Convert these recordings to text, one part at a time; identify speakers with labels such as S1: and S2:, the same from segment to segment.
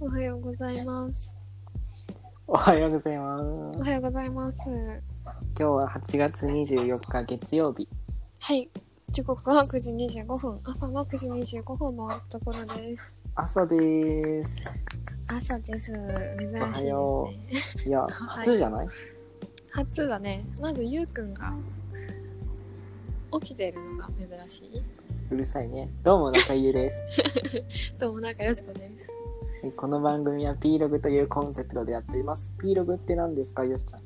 S1: おはようございます。
S2: おはようございます。
S1: おはようございます。
S2: 今日は8月24日月曜日。
S1: はい。時刻は9時25分。朝の9時25分のところです。
S2: 朝です。
S1: 朝です。珍しいで
S2: お
S1: す
S2: は
S1: ね。
S2: よいや、初じゃない、
S1: 初だね。まずゆうくんが起きてるのが珍しい。
S2: うるさいね。どうも、中井優です。
S1: どうもなんかよしこです。
S2: はいこの番組は P ログというコンセプトでやっています。P ログって何ですか、よしちゃん。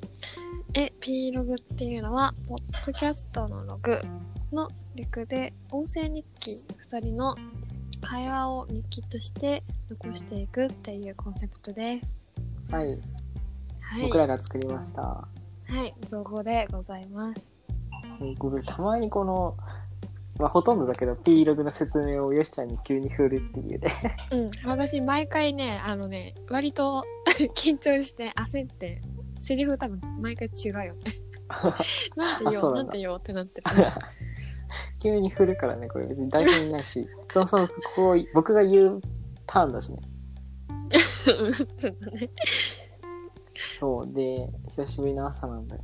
S1: え、P ログっていうのは、ポッドキャストのログの略で、音声日記2人の会話を日記として残していくっていうコンセプトです。
S2: はい、
S1: はい。
S2: 僕らが作りました。
S1: はい、造語でございます。
S2: 僕、たまにこの、まあ、ほとんどだけど P ログの説明をよしちゃんに急に振るっていうね。
S1: うん、私毎回ね、あのね、割と 緊張して焦って、セリフ多分毎回違うよね。 なんて
S2: あ
S1: 言
S2: そ
S1: お
S2: う
S1: う、な
S2: な
S1: ん
S2: だ
S1: んて言おうってなってる。
S2: 急に振るからね、これ別に大事にないし。 そもそも、こう、僕が言うターンだしね。
S1: うんそうだね。
S2: そうで久しぶりの朝なんだよ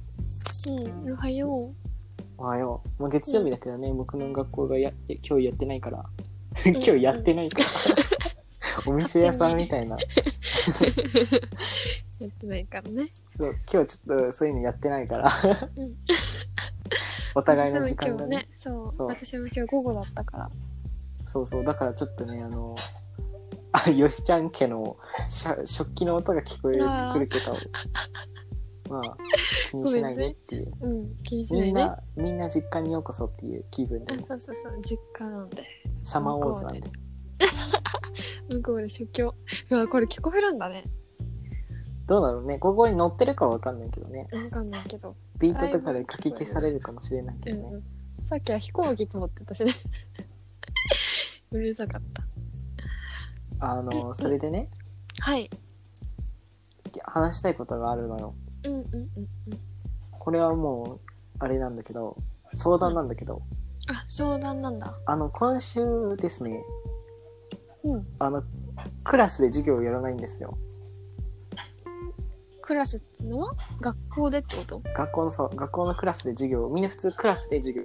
S1: うん、おはよ
S2: おはようもう月曜日だけどね、僕の学校がや今日やってないから 今日やってないから お店屋さんみたいな
S1: う。やってないからね。
S2: そう今日ちょっとそういうのやってないから
S1: うん
S2: お互いの時間
S1: 私も今
S2: が
S1: 日
S2: ね
S1: ね、そう、
S2: そう
S1: 私も今日午後だったから。
S2: そうそうだからちょっとねあのあよしちゃん家のしゃ食器の音が聞こえ
S1: あー
S2: てくるけどまあ気にしないねっていう、
S1: うん、気にしな
S2: み
S1: い
S2: ん
S1: ね。
S2: なみんな実家にようこそっていう気分
S1: あ
S2: で、
S1: そうそうそう、実家なんで。
S2: サマーウォーズなんで
S1: 向こうで書教。うわ、これ聞こえるんだね。
S2: どうだろうねここに載ってるかは分かんないけどね
S1: わかんないけど。
S2: ビートとかで書き消されるかもしれないけ
S1: う
S2: どね、
S1: んうんさっきは飛行機通ってたしね うるさかった
S2: あのそれでね
S1: はい
S2: 話したいことがあるのよ
S1: うんうんうんうん
S2: これはもうあれなんだけど相談なんだけど、
S1: あ商談なんだ
S2: あの今週ですね
S1: うん
S2: あのクラスで授業をやらないんですよ
S1: クラスのは学校でってこと
S2: 学校のそう学校のクラスで授業みんな普通クラスで授業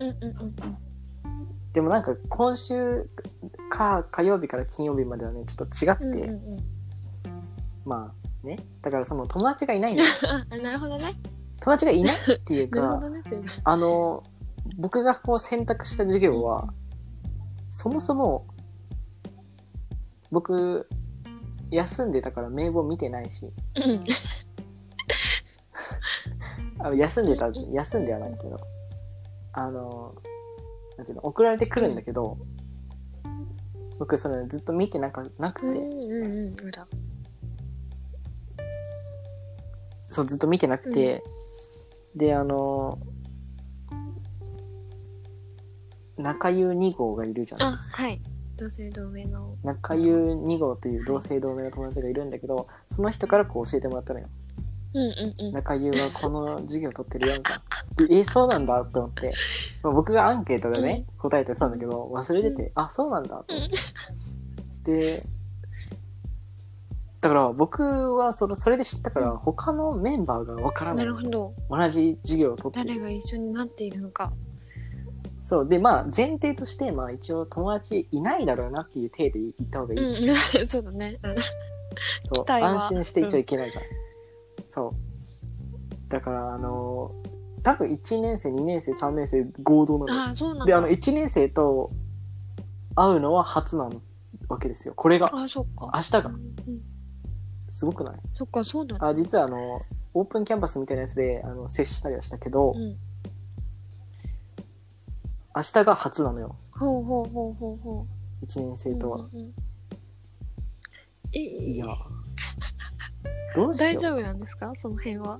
S1: うんうんうん
S2: でもなんか今週か火曜日から金曜日まではねちょっと違くて、
S1: うんうんうんうん
S2: まあねだからその友達がいないんです
S1: ああなるほどね
S2: 友達がいないっていう
S1: なる
S2: か
S1: ほどねっていうか
S2: あの僕がこう選択した授業はそもそも僕休んでたから名簿見てないし
S1: うん
S2: あの休んでた休んではないけどあのなんていうの送られてくるんだけど僕それずっと見てなかな
S1: う
S2: くて
S1: んうんうん裏
S2: そうずっと見てなくてであの中湯2号がいるじゃない
S1: あ
S2: ですか
S1: はい同姓同名の
S2: 中湯2号という同姓同名の友達がいるんだけどその人からこう教えてもらったのよ
S1: うんうんうん
S2: 中湯はこの授業取ってるやんかでえそうなんだと思って、まあ、僕がアンケートでね、答えてたんだけど忘れてて、あそうなんだと思って、でだから僕はそのそれで知ったから他のメンバーがわからな
S1: ないるほど
S2: 同じ授業を取って
S1: 誰
S2: る
S1: が一緒になっているのか
S2: そうでまあ前提として、まあ、一応友達いないだろうなっていう体で言った方が
S1: う
S2: い
S1: ん
S2: いじゃん、
S1: うん そうだねうん
S2: そう
S1: 期待は
S2: 安心していちゃいけないじゃん、そうだからあの多分1年生2年生3年生合同なの
S1: あそうなん
S2: であ
S1: だ
S2: の1年生と会うのは初なわけですよこれが
S1: あそっか
S2: 明日が
S1: うんうん
S2: すごくない
S1: そっかそうだね
S2: あ実はあのオープンキャンパスみたいなやつであの接したりはしたけど、
S1: うん
S2: 明日が初なのよ
S1: ほうほうほうほうほ
S2: 1年
S1: う。
S2: 生とは、
S1: うんうんうんえ
S2: いやどうしよう
S1: 大丈夫なんですかその辺は。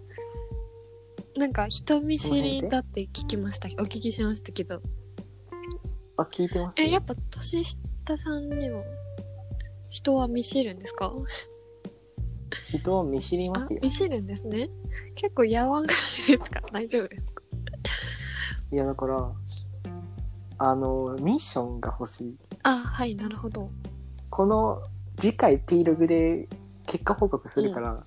S1: なんか人見知りだって聞きましたお聞きしましたけど。
S2: あ聞いてます
S1: え、やっぱ年下さんにも人は見知るんですか
S2: 人を見知りま
S1: あ
S2: すよ
S1: 見知るんですね。結構やわんくないですか大丈夫ですか
S2: いやだからあのミッションが欲しい
S1: あ、はい、なるほど。
S2: この次回 P ログで結果報告するから、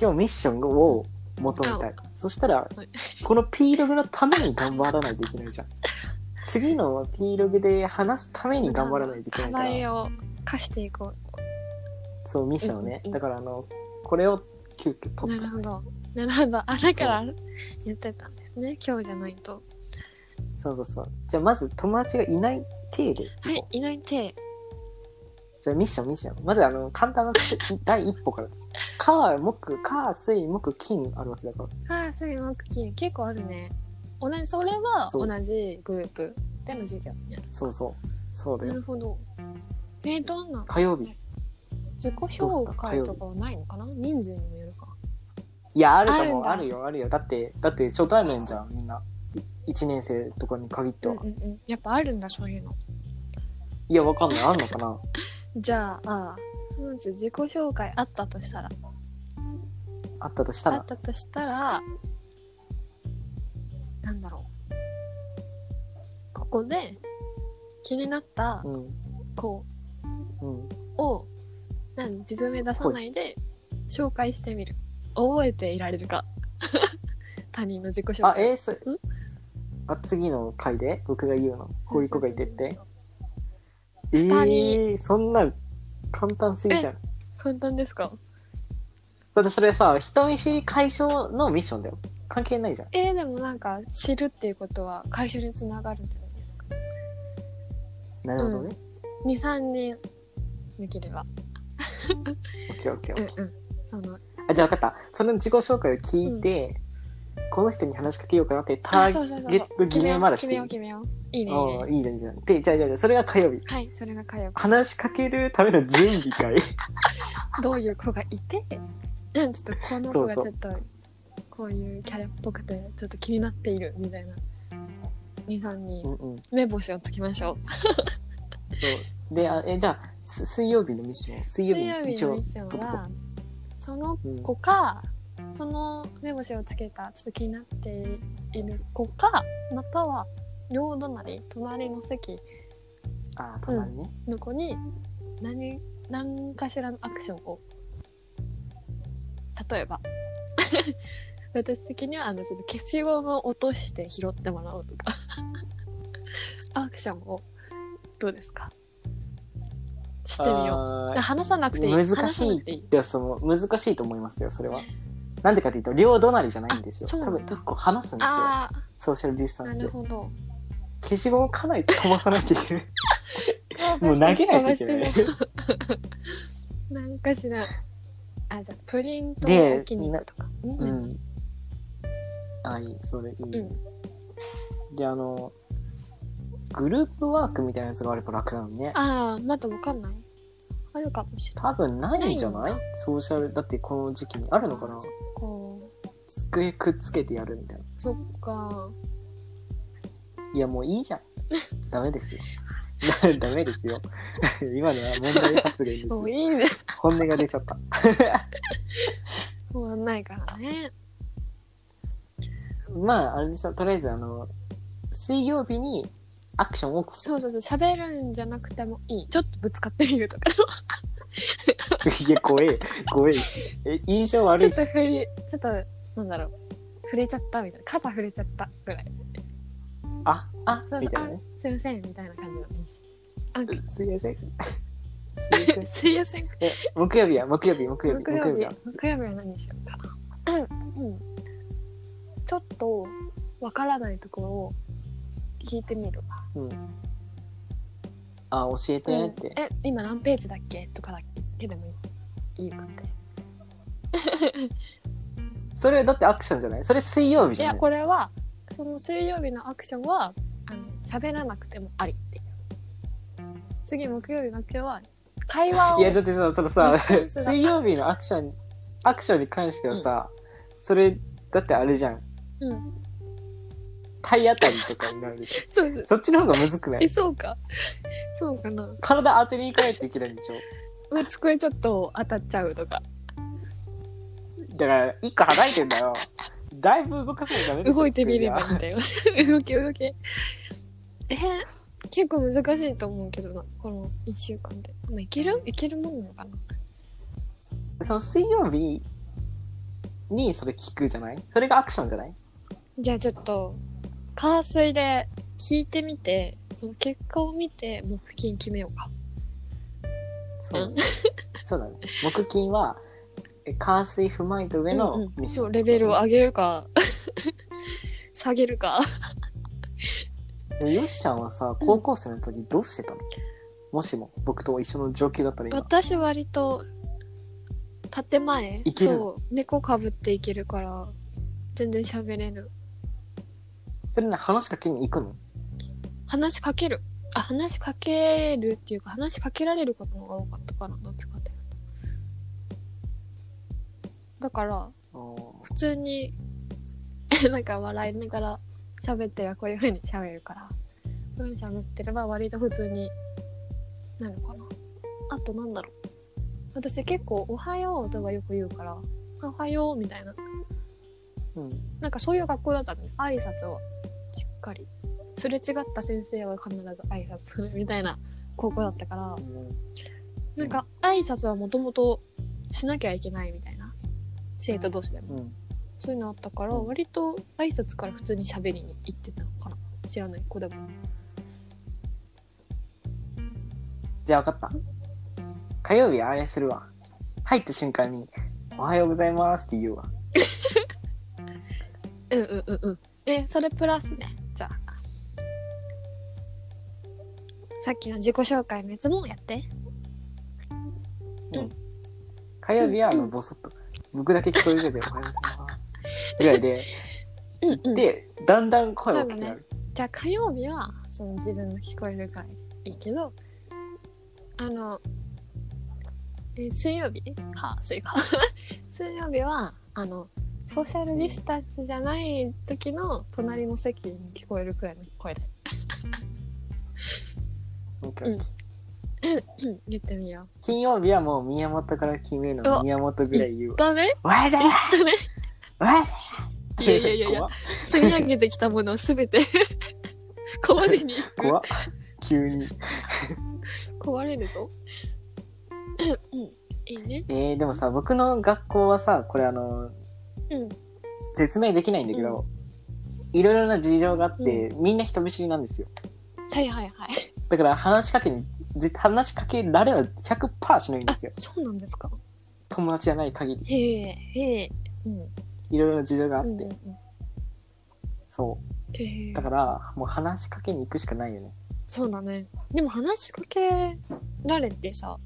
S2: 今日ミッションを求めたい。そしたら
S1: はい、
S2: この P ログのために頑張らないといけな いじゃん。次の P ログで話すために頑張らないといけない
S1: 課
S2: から。
S1: 題を課していこ
S2: そう、ミッションをね
S1: う。ん
S2: だから、あの、これを急遽
S1: う。
S2: 取
S1: な
S2: っ
S1: る
S2: た。
S1: ほど。なるほど。あ、だから言ってたんですね。今日じゃないと。
S2: そうそうそう。じゃあ、まず友達がいない体で。
S1: はい、いないて。
S2: じゃあ、ミッション、ミッション。まず、あの、簡単なステ第一歩か らです。火、木、火、水、木、金あるわけだから。
S1: あー、すごい、マックキー。結構あるね。同じ、それは
S2: そ
S1: 同
S2: う
S1: じグループでの授業になる。
S2: そうそう。そうだ
S1: な
S2: よ。
S1: るほど。えー、どんな
S2: 火曜日。
S1: 自己評価とかはないのかな人数にもよるか。
S2: いや、あるかも、
S1: あ
S2: あ
S1: る
S2: る
S1: ん
S2: よ、あるよ。だって、だって初対面じゃん、みんな。い一年生とかに限って
S1: うん
S2: は。
S1: うんうん。やっぱあるんだ、そういうの。
S2: いや、わかんない。あんのかな
S1: じゃあ、ああ。もし自己紹介あったとしたら。
S2: あったとした
S1: あっ
S2: ら。
S1: たとしたら、なんだろう。ここで気になった
S2: うん。
S1: 子
S2: うん。
S1: を、なん自分で出さないで紹介してみる。覚えていられる か。他人の自己紹
S2: あ、
S1: 介。
S2: えー、そあ、次の回で僕が言うの。こういう子がいてって。え
S1: そうそう
S2: えー、そんな簡単すぎじゃん。
S1: 簡単ですか
S2: だってそれさ、人見知り解消のミッションだよ。関係ないじゃん。
S1: えー、でもなんか知るっていうことは解消につながるんじゃないですか
S2: なるほどね。
S1: 23人できれば
S2: オッケーオッケーオッケー。
S1: うんその
S2: あ、じゃあ分かった。その自己紹介を聞いて、この人に話しかけようかなってタ
S1: あ
S2: ー
S1: そうそうそう
S2: ゲット決めまだし
S1: 決
S2: て
S1: め
S2: いい
S1: よう。決めよう決めよういいねいい
S2: ああ、
S1: ね
S2: いいじゃん、いいじゃん。で、じゃあじゃあじゃあ、それが火曜日。
S1: はいそれが火曜
S2: 話しかけるための準備 会。
S1: 日 どういう子がいてうんちょっとこの子がち
S2: そ
S1: ょ
S2: うそ
S1: っとこういうキャラっぽくてちょっと気になっているみたいな23
S2: うん
S1: 人
S2: うん。そ
S1: 目星をつきましょ
S2: う。で、あえじゃあ、す水曜日のミッション。
S1: う
S2: 水曜
S1: 水
S2: 日
S1: 曜
S2: の
S1: 日
S2: 一
S1: のミ
S2: 応
S1: ッ。ション
S2: 取っとこ
S1: はその
S2: ううん
S1: 子かその目星をつけたちょっと気になっている子かまたは両隣隣の席
S2: ああ、隣ね。
S1: の子に何何かしらのアクションを例えば 私的にはあのちょっと消しゴムを落として拾ってもらおうとか アクションをどうですかしてみよ
S2: あ
S1: う
S2: ー
S1: 話さなくていい
S2: 難しい
S1: 話さなくていい
S2: いや、その、難しいと思いますよ、それは。なんでかっていうと、両隣じゃないんですよ。
S1: あそうな
S2: 多
S1: んだ
S2: 分、結構話すんですよ。
S1: あ
S2: ソーシャルディス
S1: あ
S2: タ
S1: な
S2: ンス
S1: る
S2: で。
S1: ほど
S2: 消しゴムかなり飛ばさないといけ ない。 もう投げないといけない。
S1: なんかしら。あ、じゃあプリントを
S2: で
S1: 置きに行くとか。うん
S2: う
S1: うん
S2: ん。あ、いい、それいい。
S1: うん
S2: で、あの、グループワークみたいなやつがあれば楽なのね。
S1: ああ、まだわかんない。あるかもしれない。
S2: 多分ないんじゃない
S1: ないん
S2: ソーシャル、だってこの時期にあるのかな
S1: そっか。
S2: 机くっつけてやるみたいな。
S1: そっか。
S2: いや、もうい いじゃん。ダメですよ。 ダメですよ。 今のは問題発言です
S1: も
S2: よ
S1: う。いいね。
S2: 本音が出ちゃった。
S1: 終わんないからね。
S2: まあ、あれでしょ、とりあえずあの、水曜日にアクションを起こす。
S1: そうそうそう。喋るんじゃなくてもいい。ちょっとぶつかってみるとか。
S2: いや、怖え、怖えし。え、印象悪
S1: ちょ
S2: い
S1: っと。
S2: し
S1: 振り、ちょっと、なんだろう。触れちゃったみたいな。肩触れちゃったぐらい。
S2: あ、あ
S1: そう、そ
S2: み
S1: う。
S2: たい
S1: あ
S2: なね。、
S1: すいません。みたいな感じのもいいし。
S2: すいません。すいません。
S1: すいません。
S2: え、 木曜日や、木曜日、木曜日、
S1: 木
S2: 木
S1: 曜
S2: 曜日
S1: 日
S2: や。
S1: 木曜日は何しようかうんちょっとわからないところを聞いてみる
S2: あ、教えてって。
S1: え今何ページだっけとかだけでもいいくて
S2: それだってアクションじゃないそれ水曜日
S1: い
S2: じゃ
S1: や
S2: ない
S1: これはその水曜日のアクションはあの喋らなくてもありっていう次木曜日の今日は会話を
S2: いや、だってさ、そのさ
S1: リスポン、スが
S2: 水曜日のアクション、アクションに関してはさ、それ、だってあれじゃん。
S1: うん
S2: 体当たりとかになる。
S1: そうそう
S2: そっちの方がむずくな
S1: え
S2: い
S1: そうかそうかな
S2: 体当てに行かないといけないんでしょ
S1: まあ机ちょっと当たっちゃうとか
S2: だから、一個離れてんだよ。だい ぶ動かせないとダメでしょ
S1: 動いてみれば
S2: 机
S1: みたいな動け動けえー結構難しいと思うけどなこの1週間でまあいけるいけるもんなのかな
S2: その水曜日にそれ聞くじゃないそれがアクションじゃない
S1: じゃあちょっと加水で聞いてみてその結果を見て目金決めようか
S2: そううそうだね木金はえ火水不まいと上
S1: うんう
S2: の
S1: ん
S2: ミッション、
S1: そうレベルを上げるか 下げるか
S2: えよしちゃんはさ高校生の時どうしてたの、もしも僕と一緒の上級だったら今
S1: 私割と建前
S2: いける
S1: そう猫かぶっていけるから全然喋れる
S2: それね話しかけに行くの
S1: 話しかけるあ話しかけるっていうか話しかけられることの方が多かったかなどっちかっていうとだから普通に なんか笑いながら喋ってりゃこういう風に喋るからこういう風に喋ってれば割と普通になるかなあとなんだろう私結構「おはよう」とかよく言うから「あおはよう」みたいな
S2: うん
S1: なんかそういう学校だったのね挨拶をしっかりすれ違った先生は必ず挨拶するみたいな高校だったからなんか挨拶はもともとしなきゃいけないみたいな生徒同士でも
S2: うん
S1: そういうのあったから、
S2: うん
S1: 割と挨拶から普通に喋りに行ってたのかな。知らない子でも。
S2: じゃあ分かった火曜日あれするわ入った瞬間に「おはようございます」って言うわ
S1: うんうんうんうん。え、それプラスね。じゃあ。さっきの自己紹介のやつもやって。
S2: 火曜日はあのボソッと僕だけ聞こえるぐらいで「おはようございます」ぐらいで
S1: うんうん。
S2: でだんだん声を大きくなる、
S1: じゃあ火曜日は、その自分の聞こえるからいいけど、あの、え水曜日は、水か。水曜日 は、あの、ソーシャルディスタンスじゃない時の隣の席に聞こえるくらいの声で。
S2: オッケーオッケー
S1: うん、言ってみよう。
S2: 金曜日はもう宮本から決める
S1: う
S2: の
S1: わ
S2: 宮本ぐらい言うわ
S1: ダメ
S2: 「おはようございます」
S1: ダメ
S2: おはようございます
S1: いやいやい やいや
S2: 怖っ
S1: 積み上げてきたものをすべ て壊れに行
S2: 怖っ急に
S1: く壊れるぞうんいいね
S2: えー、でもさ僕の学校はさこれあの
S1: うん
S2: 説明できないんだけど、いろいろな事情があって、みんな人見知りなんですよ
S1: はいはいはい
S2: だから話しかけに絶対話しかけられは100%しないんで
S1: あ
S2: すよ
S1: そうなんですか
S2: 友達じゃない限り
S1: へえへえうん
S2: いろいろな事情があって、
S1: うんうん
S2: そ
S1: へえ
S2: うだからもう話しかけに行くしかないよね
S1: そうだねでも話しかけられてさ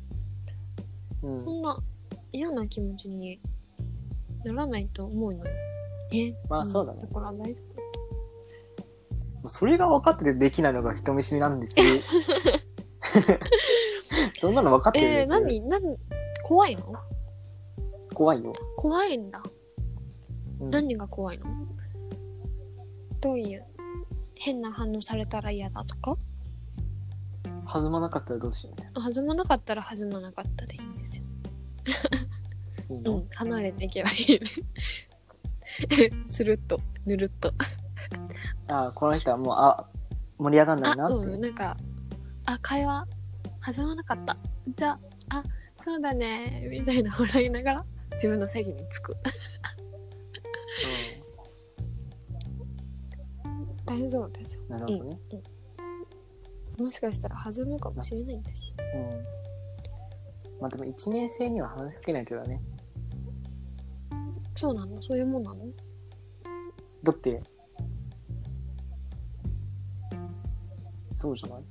S2: うん
S1: そんな嫌な気持ちにならないと思うのよえ
S2: まあそうだね
S1: だから大丈
S2: もうそれが分かっててできないのが人見知りな んですよそんなの分かっ
S1: 夫
S2: てるん
S1: え
S2: で
S1: ー、
S2: すよ、
S1: 何何怖いの
S2: 怖いよ、
S1: 怖いんだ
S2: うん
S1: 何が怖いのどういう変な反応されたら嫌だとか
S2: 弾まなかったらどうしようね
S1: 弾まなかったら弾まなかったでいいんですよ。
S2: いいの
S1: うん、離れていけば いいね。スルッと、ぬるっと。
S2: ああこの人はもうあ盛り上がんない
S1: あ、
S2: なって
S1: うん、なんか、あ、会話、弾まなかった。じゃあ、あ、そうだね、みたいな笑いながら、自分の席に着く。 大丈夫ですよ。
S2: うんなるほどね、
S1: もしかしたら弾むかもしれないんだし。
S2: うんまあでも1年生には話しかけないけどね
S1: そうなのそういうもんなの
S2: だってそうじゃない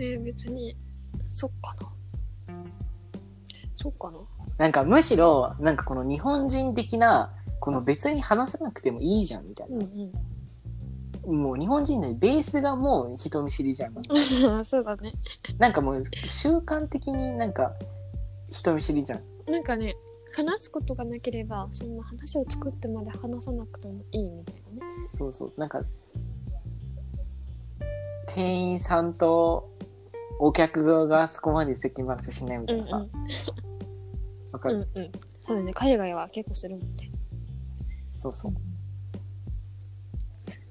S1: えー、別に、そっかな。そっかな。
S2: なんかむしろなんかこの日本人的なこの別に話さなくてもいいじゃんみたい
S1: うん
S2: な、
S1: うん。
S2: もう日本人のベースがもう人見知りじゃん
S1: あ そうだね。
S2: なんかもう習慣的になんか人見知りじゃん
S1: なんかね、話すことがなければ、そんな話を作ってまで話さなくてもいいみたいなね。
S2: そうそうなんか店員さんとお客がそこまで席話しないみたいなさ、わか
S1: う
S2: る、
S1: んうん。そうだね、海外は結構するもんね。
S2: そうそう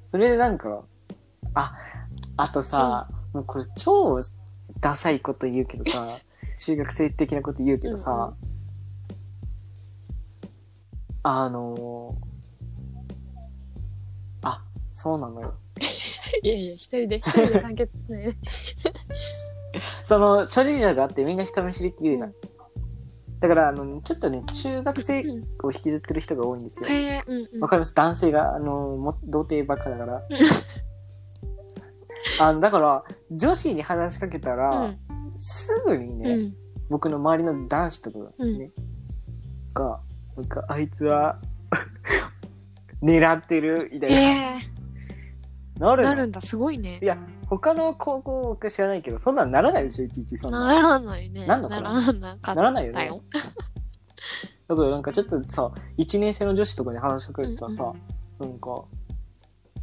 S2: それでなんかああとさ、もうこれ超ダサいこと言うけどさ、中学生的なこと言うけどさ、あのーあ、そうなのよ。
S1: いやいや、一人で、一人で完結しない ね。
S2: その、諸事情があってみんな人見知りって言うじゃん。だから、あの、ちょっとね、中学生
S1: うん
S2: を引きずってる人が多いんですよ。
S1: へえ、うんうん。
S2: わかります男性が、あの、も童貞ばっかだから。あの、だから、女子に話しかけたら、
S1: うん
S2: すぐにね、
S1: うん。
S2: 僕の周りの男子とかがね、が、なんか、あいつは、 狙ってる、みた
S1: え
S2: いな。
S1: え
S2: なる
S1: な
S2: の
S1: るんだ、すごいね
S2: い。や、他の高校僕知らないけど、そんなんならないでしょ、いちいちそんな。
S1: ならないね。
S2: なんのかな
S1: らなかった
S2: な
S1: よ。
S2: らないよね。だからなんかちょっとさ、1年生の女子とかに話しかけてたらさ、なんか、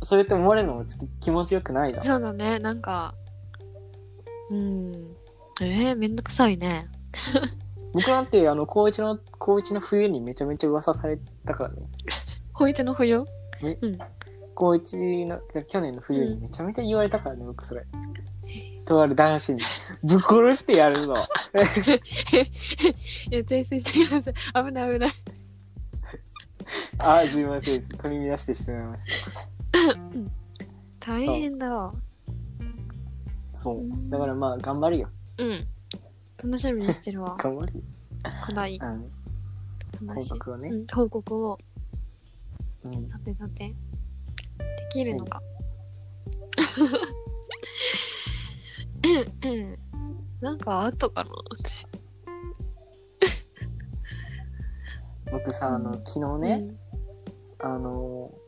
S2: それって思われるのもちょっと気持ちよくないじゃん。
S1: そうだね、なんか、うん。えー、めんどくさいね。
S2: 僕なんて、あの、高一の、高一の冬にめちゃめちゃ噂されたからね。
S1: こいつの冬
S2: 高一の、去年の冬にめちゃめちゃ言われたからね、僕それ。とある男 子に、ぶっ殺してやるぞ。
S1: いや、訂正してください。危ない危ない。
S2: あー、すいません。取り乱してしまいました。
S1: 大変だわ。
S2: そう。だからまあ、頑張るよ。
S1: うん。楽しみにしてるわ。
S2: 頑張るよ。
S1: 課題
S2: あの、
S1: 話
S2: 報。告をね
S1: う。ん、報告を、
S2: うん
S1: さてさて、できるのか。なんかあったかな私。
S2: 僕さ、あの、昨日ね、あのー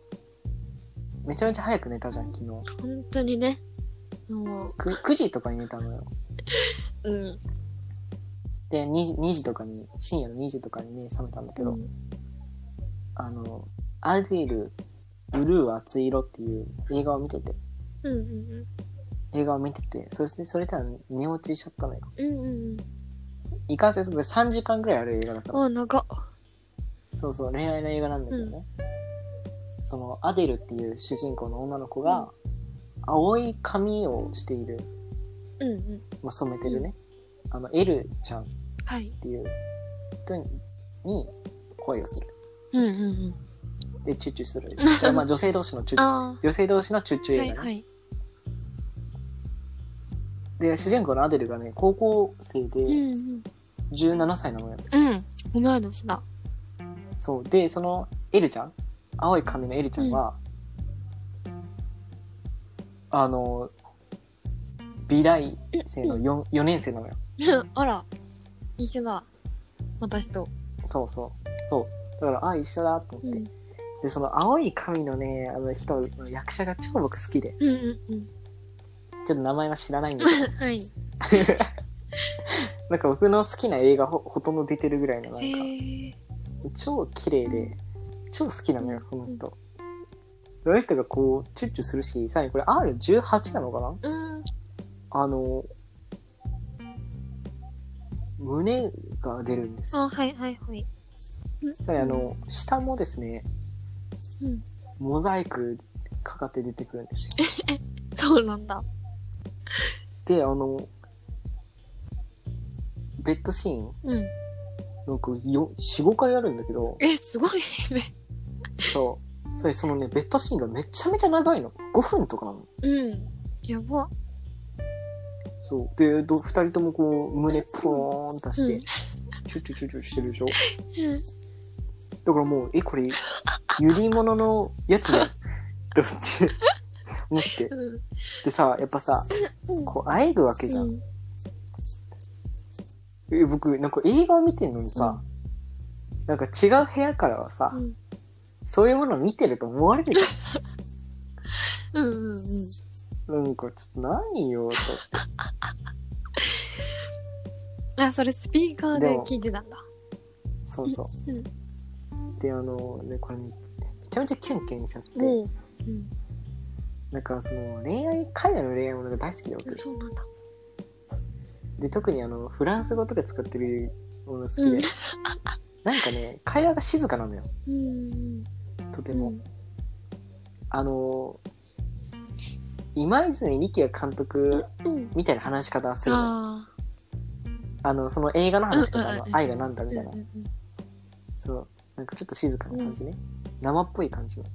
S2: めちゃめちゃ早く寝たじゃん、昨日。
S1: うん。本当にね。も
S2: く9時とかに寝たのよ。
S1: う、うん。
S2: で2時、2時とかに、深夜の2時とかに目覚めたんだけど、あの、アディル、ブルー熱い色っていう映画を見てて、
S1: うんうん
S2: 映画を見てて、そしてそれたら寝落ちしちゃったのよ。
S1: うん。うんうんうん。
S2: いかんせん、それ3時間くらいある映画だったの。
S1: あ、長っ。
S2: そうそう、恋愛の映画なんだけどね。その、アデルっていう主人公の女の子が、青い髪をしている、
S1: うんうん。
S2: まあ、染めてるね、あの、エルちゃん
S1: はい
S2: っ。ていう人に恋をす
S1: う
S2: る。
S1: んうんうん。
S2: で、チュッチュす る。だからまあ女性同士のチュッチュ。
S1: あ
S2: 女性同士のチュッチ
S1: あ、
S2: ュ映
S1: はい
S2: 画ね。
S1: はい。
S2: で、主人公のアデルがね、高校生
S1: うん
S2: で
S1: うん。
S2: 17歳なのよ。
S1: うん。同い年だ。
S2: そう。で、そのエルちゃん、青い髪のエルちゃんは、あの、美大生の 4, 4年生なのよ。
S1: あら、一緒だ。私と。
S2: そうそう。そう。だから、あ、一緒だと思
S1: う
S2: って。
S1: ん
S2: で、その青い髪のね、あの人の役者が超僕好きで、
S1: うんうん
S2: ちょっと名前は知らないんだけど
S1: うん。はい。
S2: なんか僕の好きな映画ほほとんど出てるぐらいのなんか
S1: へえ。
S2: 超綺麗で超好きなのよその人その人がこうチュッチュするしさらにこれ R18 なのかな
S1: うん。
S2: あの胸が出るんです
S1: あ、はいはいはい。
S2: さらにあの下もですね
S1: うん。
S2: モザイクかかって出てくるんですよ
S1: そうなんだ。
S2: であのベッドシーン
S1: うん。
S2: なんか45回あるんだけど
S1: え、すごいね。
S2: そう。それそのね、ベッドシーンがめちゃめちゃ長いの。5分とかなの。
S1: うん。やば。
S2: そう。で、ど二人ともこう、胸ポーン出して、
S1: うん
S2: チュチュチュチュしてるでしょ。
S1: うん。
S2: だからもう、え、これ、ゆりもののやつじ ゃん。どっち思って。
S1: うん。
S2: でさ、やっぱさ、こう、あえぐわけじゃん。え僕、なんか映画を見てんのにさ、なんか違う部屋からはさ、
S1: うん
S2: そういうものを見てると思われるじ
S1: うんうんうん。
S2: ゃん。なんか、ちょっと何よ、と。
S1: あ、それスピーカーで聞いてたんだ。
S2: そうそう。
S1: うん。
S2: であのねこれねめちゃめちゃキュンキュンしちゃって、
S1: うん。うん。
S2: なんかその恋愛海外の恋愛ものが大好きで僕
S1: そうなんだ。
S2: で特にあのフランス語とか使ってるもの好きで、
S1: うん。
S2: なんかね会話が静かなのよ
S1: うん。
S2: とても、あの今泉力也監督
S1: うん。
S2: みたいな話し方するのよ
S1: ああ。
S2: あのその映画の話とか、
S1: うんうん
S2: あ
S1: うん
S2: の愛がなんだみ
S1: うん
S2: た
S1: う
S2: い
S1: ん
S2: な、
S1: うん。
S2: そうなんかちょっと静かな感じね、生っぽい感じの、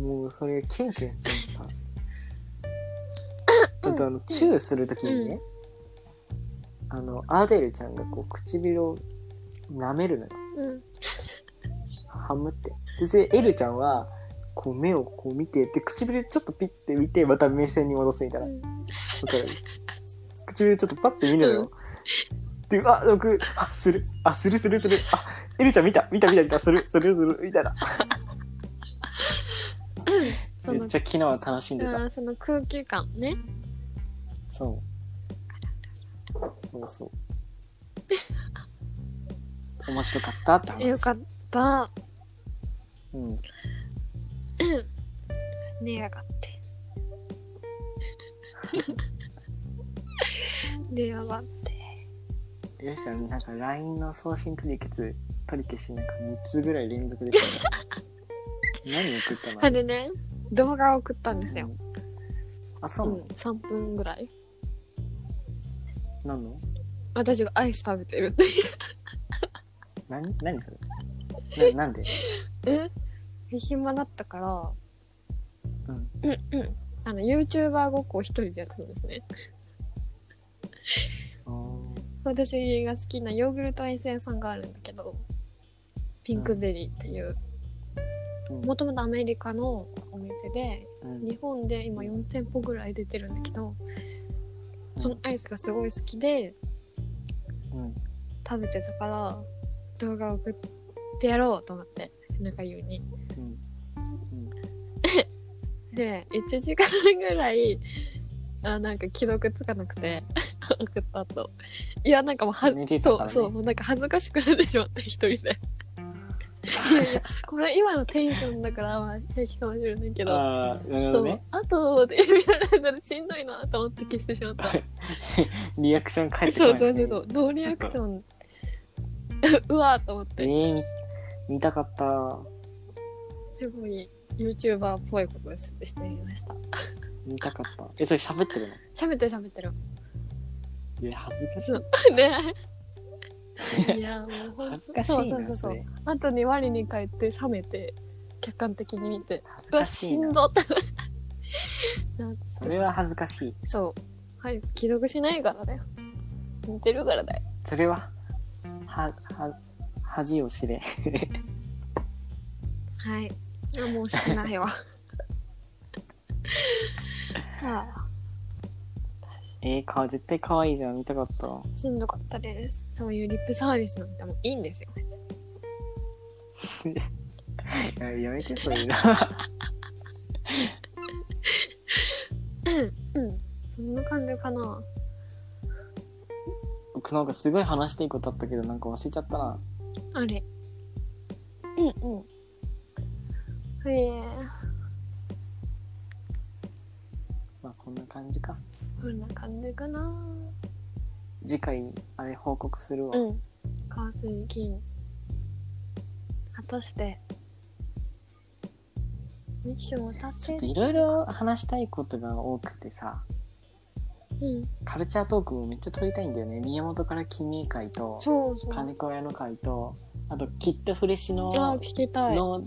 S2: もうそれキュンキュンしてましたあとあのチューするときにね、あのアデルちゃんがこう唇を舐めるのよ
S1: うん。
S2: ハムってでエルちゃんはこう目をこう見てで唇ちょっとピッて見てまた目線に戻すみたいな
S1: うん
S2: わかる唇ちょっとパッて見るのよ。で、あ、僕、あ、する、あ、するするする、あ、エルちゃん見た、見た見た見た、する、するする、みたいな。
S1: そ
S2: めっ
S1: の
S2: ちゃ昨日は楽しんでた。
S1: うんその空気感ね。
S2: そう。そ うそう。面白かったって話。
S1: よかった。
S2: うん。
S1: 寝やがって。 寝やがって。
S2: エルちゃん、なんか LINE の送信取り消し、取り消しなんか3つぐらい連続でき たな。何送ったの
S1: あれね、動画を送ったんですよ。
S2: あ、そ
S1: う
S2: うなんの、
S1: 3分ぐらい。
S2: 何の
S1: 私がアイス食べてるっていう。
S2: 何何それななんで
S1: え暇だったから、
S2: うん。
S1: うんうん。あの、YouTuber ごっこを一人でやってたんですね。
S2: あー
S1: 私が好きなヨーグルトアイス屋さんがあるんだけど、ピンクベリーっていう、
S2: うん
S1: もともとアメリカのお店で、
S2: うん
S1: 日本で今4店舗ぐらい出てるんだけど、そのアイスがすごい好きで
S2: うん
S1: 食べてたから、動画を送ってやろうと思って、仲優に。
S2: うん
S1: で、1時間ぐらい、あなんか既読つかなくて、送った後。いや、なんかもうは、
S2: 寝てた
S1: そ
S2: から
S1: う
S2: ね
S1: そう、もうなんか恥ずかしくなってしまって、一人で。いやいや、これ今のテンションだから、まあ、平気かもしれないけど、
S2: ああなる
S1: そ
S2: ほど
S1: う
S2: ね、
S1: 後で見られたらしんどいなと思って消してしまった。
S2: リアクション返ってこ
S1: そ
S2: な
S1: う
S2: い
S1: そ
S2: で
S1: うそ
S2: すね
S1: うそう、ノーリアクション。 うわーと思っ
S2: え
S1: て、
S2: ー、見見たかった
S1: すごい YouTuber っぽいことをしてみました。
S2: 見たかったえそれ喋ってる
S1: 喋ってる喋って る。
S2: のいや恥ずかし
S1: そう
S2: い
S1: ね。 いやもうほんと
S2: 恥ずかし
S1: そう
S2: い
S1: そう
S2: なそ
S1: そうそう
S2: れ
S1: あとに我に返って冷めて客観的に見て
S2: 恥ず
S1: うわ
S2: かし
S1: し
S2: い
S1: ん
S2: な
S1: どって
S2: それは恥ずかしい
S1: そうはい既読しないからだよ見てるからだよ
S2: それははは恥を知れ
S1: はいあもうしない わはあ
S2: えー、か絶対可愛いじゃん見たかった
S1: しんどかったですそういうリップサービスなんてもういいんですよ
S2: いややめてそういうの
S1: うんそんな感じかな
S2: 僕なんかすごい話していいことあったけどなんか忘れちゃったな
S1: あれうんうんへえ
S2: まあこんな感じか
S1: こんな感じかな
S2: 次回あれ報告するわ、
S1: うん。火水金。果たして、ミッションを
S2: ち
S1: 達
S2: ょっと
S1: 成。
S2: いろいろ話したいことが多くてさ
S1: うん。
S2: カルチャートークもめっちゃ撮りたいんだよね宮本から君会と
S1: そうそう。
S2: 金子屋の会とあときっとフレシの
S1: あ、聞きたい。聞
S2: の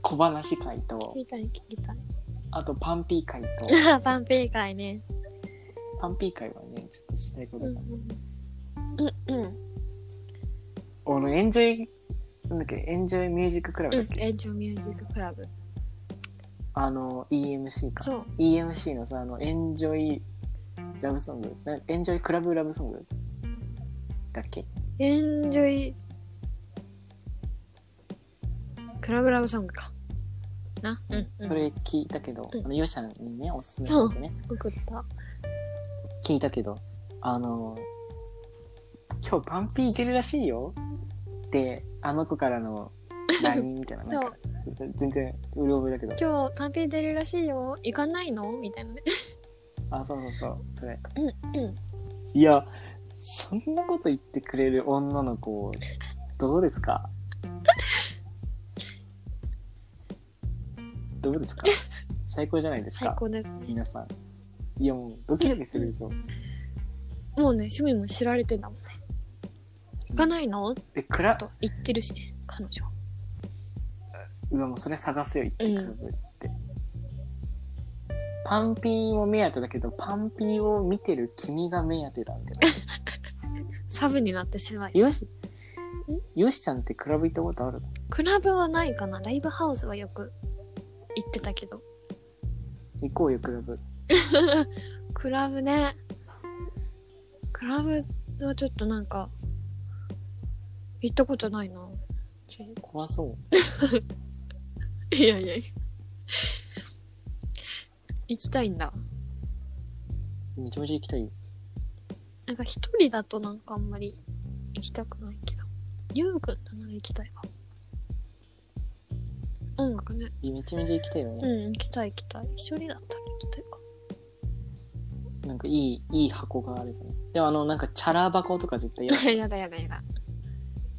S2: 小話会と
S1: きたい、聞き たい。
S2: あとパンピー会と
S1: パンピー会ね。
S2: パンピー会はねちょっとしたいこ
S1: う
S2: と
S1: ん
S2: が、
S1: うん。うんうん。
S2: 俺のエンジョイなんだっけエンジョイミュージッククラブ
S1: う
S2: だっ
S1: ん
S2: け、。
S1: エンジョミュージッククラブ。
S2: あの EMC か
S1: そう。
S2: EMC のさあのエンジョイラブソングなエンジョイクラブラブソングだっけ
S1: エンジョイ、クラブラブソングか。な。うん。うん
S2: そ。れ聞いたけど、
S1: うん
S2: あのヨシャにねおすすめされてね
S1: 送った。
S2: 聞いたけどあの今日パンピーいけるらしいよってあの子か らの LINE みたいななんか全然うる覚えだけど
S1: 今日、パンピー出るらしいよ。行かないのみたいなね。
S2: あそうそうそうそれ
S1: うん。うん。
S2: いやそんなこと言ってくれる女の子どうで すかどうですか最高じゃないです
S1: 最
S2: か
S1: 高ですね
S2: 皆さんいやもうドキドキするでしょ
S1: もうね趣味も知られてんだもんね行かないの
S2: え暗
S1: と言ってるしね彼女
S2: うわもうそれ探すよ行ってくるって、パンピーも目当てだけどパンピーを見てる君が目当てだみたいな
S1: サブになってしま い
S2: よしよしちゃんってクラブ行ったことある
S1: クラブはないかなライブハウスはよく行ってたけど
S2: 行こうよクラブ
S1: クラブねクラブはちょっとなんか行ったことないな
S2: 怖そう
S1: いやいや 行きたいんだ
S2: めちゃめちゃ行きたいよ
S1: なんか一人だとなんかあんまり行きたくないけどゆうくんとなら行きたいわ音楽ね
S2: いやめちゃめちゃ行きたいよ
S1: う
S2: ね、
S1: ん行きたい行きたい一人だったら行きたいか
S2: なんかいいいい箱があればねでもあのなんかチャラ箱とか絶対や
S1: やだやだやだ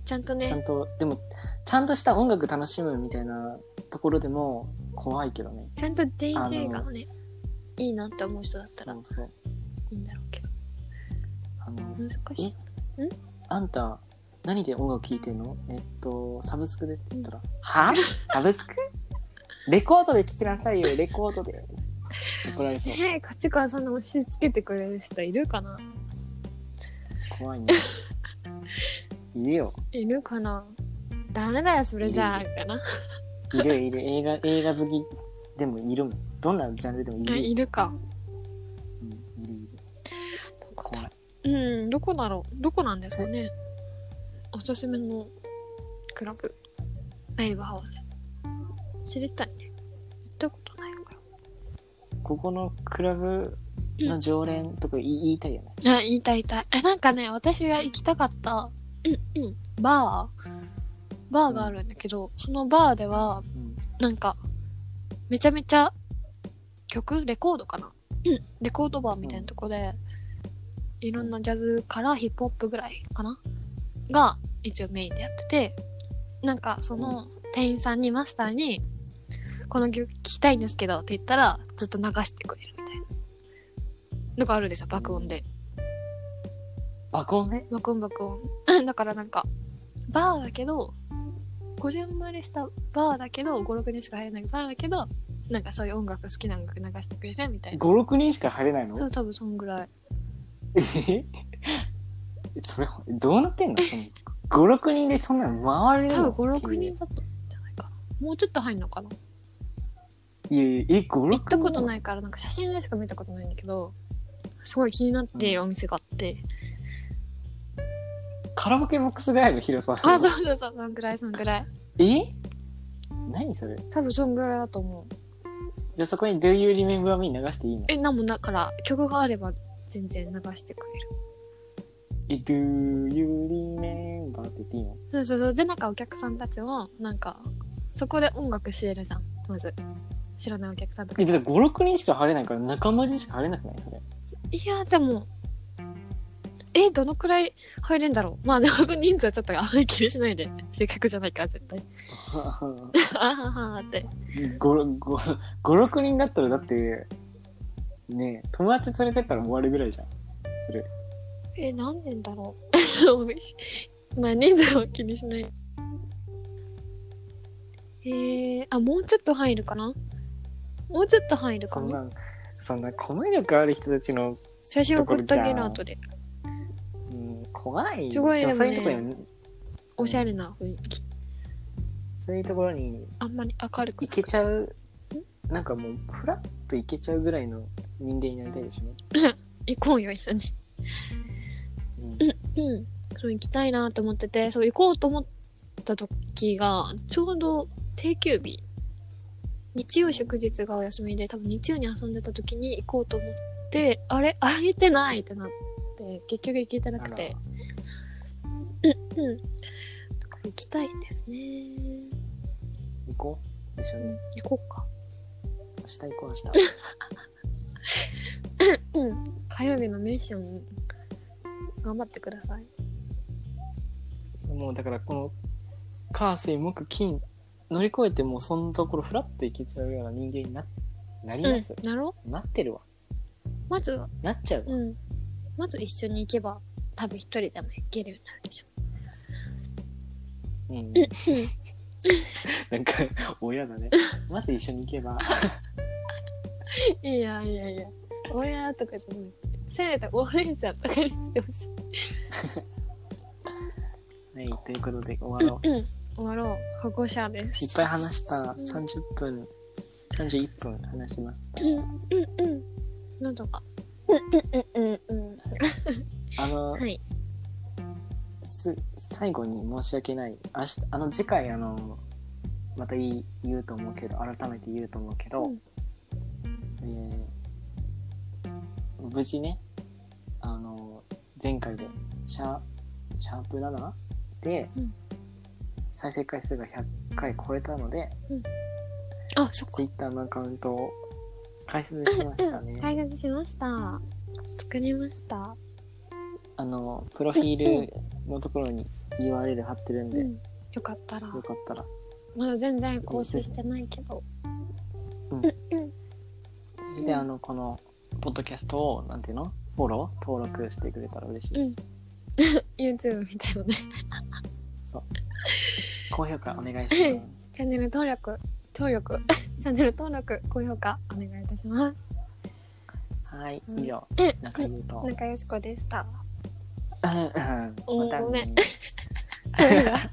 S1: ちゃんと
S2: ち ゃ
S1: ね
S2: んとでもちゃんとした音楽楽しむみたいなところでも怖いけどね
S1: ちゃんと DJ
S2: あ
S1: が
S2: の
S1: ねいいなって思う人だった
S2: そ
S1: ら
S2: うそう
S1: いいんだろうけど
S2: あの
S1: 難しい
S2: あんた、何で音楽聴いてんのえっと、サブスクでって言ったら、は サブスクレコードで聴きなさいよ、レコードで。怒られそう。
S1: ねえ価値観そんな押し付けてくれる人いるかな
S2: 怖いね。いるよ。
S1: いるかなダメだよそれじゃあ
S2: い
S1: みたいない
S2: るよ、いる。映画、映画好きでもいるもん。どんなジャンルでもい
S1: あ
S2: る。
S1: いるか
S2: うん、いるいる。怖い。
S1: うんどこだろうどこなんですかねおすすめのクラブライブハウス知りたいね行ったことないか
S2: ここのクラブの常連とか言い,、言いたいよね。
S1: らあ言いたい言いたいえなんかね私が行きたかった、うんうん、バーバーがあるんだけど、そのバーでは
S2: うん。
S1: なんか、めちゃめちゃ曲レコードかなうんレコードバーみたいなとこで、いろんなジャズからヒップホップぐらいかなが一応メインでやってて、なんかその店員さんにマスターに、この曲聴きたいんですけどって言ったらずっと流してくれるみたいな。のがあるでしょ、爆音で。
S2: 爆音ね。
S1: 爆音爆音 だからなんかバーだけどこじんまりしたバーだけど56人しか入れないバーだけどなんかそういう音楽好きな音楽流してくれるみたい
S2: 5、
S1: な
S2: 6人しか入れないの
S1: そう多分そんぐらい
S2: え それどうなってんのその56人でそんなの回れる
S1: 多
S2: の
S1: 分56人だったんじゃないかなもうちょっと入んのかない
S2: やいやえ56
S1: 行ったこと
S2: い
S1: ないからなんか写真でしか見たことないんだけどすごい気になっているお店があって、
S2: カラオケボックスぐらいの広さ
S1: あそうそうそうそんぐらいそんぐらい
S2: え何それ
S1: 多分そんぐらいだと思う
S2: じゃあそこに「Do You Remember Me」流していいの
S1: えなんもだから曲があれば全然流してくれる
S2: え Do You Remember って言っていいの
S1: そうそうそう。で、なんかお客さんたちも、なんか、そこで音楽知れるじゃん。まず。知らないお客さんとか。
S2: えだって56人しか入れないから仲間にしか入れなくないそれ
S1: いや、でも、え、どのくらい入れんだろう。まあ、でも人数はちょっとあんまり気にしないで。せっかくじゃないから、絶対。あはははって。
S2: 56人だったらだってねえ友達連れてったら終わるぐらいじゃん
S1: え、何年だろう。 まあ、人数は気にしない。えー、あ、もうちょっと入るかなもうちょっと入るか
S2: そん
S1: な
S2: なそんなコミュ力ある人たちの
S1: 写真送ってあげる後で。
S2: うん怖い。
S1: すごい
S2: でも
S1: でも
S2: そ
S1: ね
S2: ういうところに、
S1: おしゃれな雰囲気。
S2: そういうところに
S1: あんまり明るく
S2: 行けちゃう、なんかもう、ふらっと行けちゃうぐらいの人間になりたいですね。
S1: 行こうよ一緒に
S2: うん
S1: うんそう行きたいなと思っててそう行こうと思った時がちょうど定休日日曜祝日がお休みで多分日曜に遊んでた時に行こうと思ってあれ空いてないってなって結局行けてなくてうんうんだから行きたいんですね
S2: 行こう。一緒に。
S1: 行こうか
S2: 明日行こう、明日。
S1: うん火曜日のミッション頑張ってください
S2: もうだから、この、火、水、木、金、乗り越えてもうそんなところふらっと行けちゃうような人間にななり
S1: う
S2: ま
S1: ん
S2: す、
S1: なろ
S2: なってる
S1: う
S2: わ
S1: まずは
S2: なっちゃうわ、
S1: うんまず一緒に行けば多分一人でも行けるようになるでしょ
S2: うんなんか親だねまず一緒に行けば
S1: いやいやいや、親とかじゃない。せめてお姉ちゃんとかに言ってほしい。
S2: はいということで終わろう
S1: 終わろう。保護者です
S2: いっ。ぱい話した30分31分話しまし
S1: うんうんうん。なんとか。うんうんうんうん。
S2: たあの、
S1: はい。
S2: す最後に申し訳ない明日あの次回あのまた言い言うと思うけど改めて言うと思うけど、
S1: うん
S2: えー無事ねあの前回でシャシャープ7で、
S1: うん
S2: 再生回数が100回超えたので
S1: あ、そっか。
S2: Twitter のアカウントを開設しましたね、
S1: 解説しました。作りました。
S2: あのプロフィールのところに URL 貼ってるんで、
S1: うん。よかったら。
S2: よかったら
S1: まだ全然更新してないけど。
S2: そしてあのこのポッドキャストをなんていうのフォロー登録してくれたら嬉しい、
S1: うん YouTube みたいなね。
S2: 高評価お願いします
S1: チャンネル登録、登録、 チャンネル登録、高評価お願いいたします。
S2: はい
S1: うん
S2: 以上
S1: うん
S2: 中井優と
S1: 中よしこでした。
S2: また
S1: ごめん
S2: ね
S1: カメラ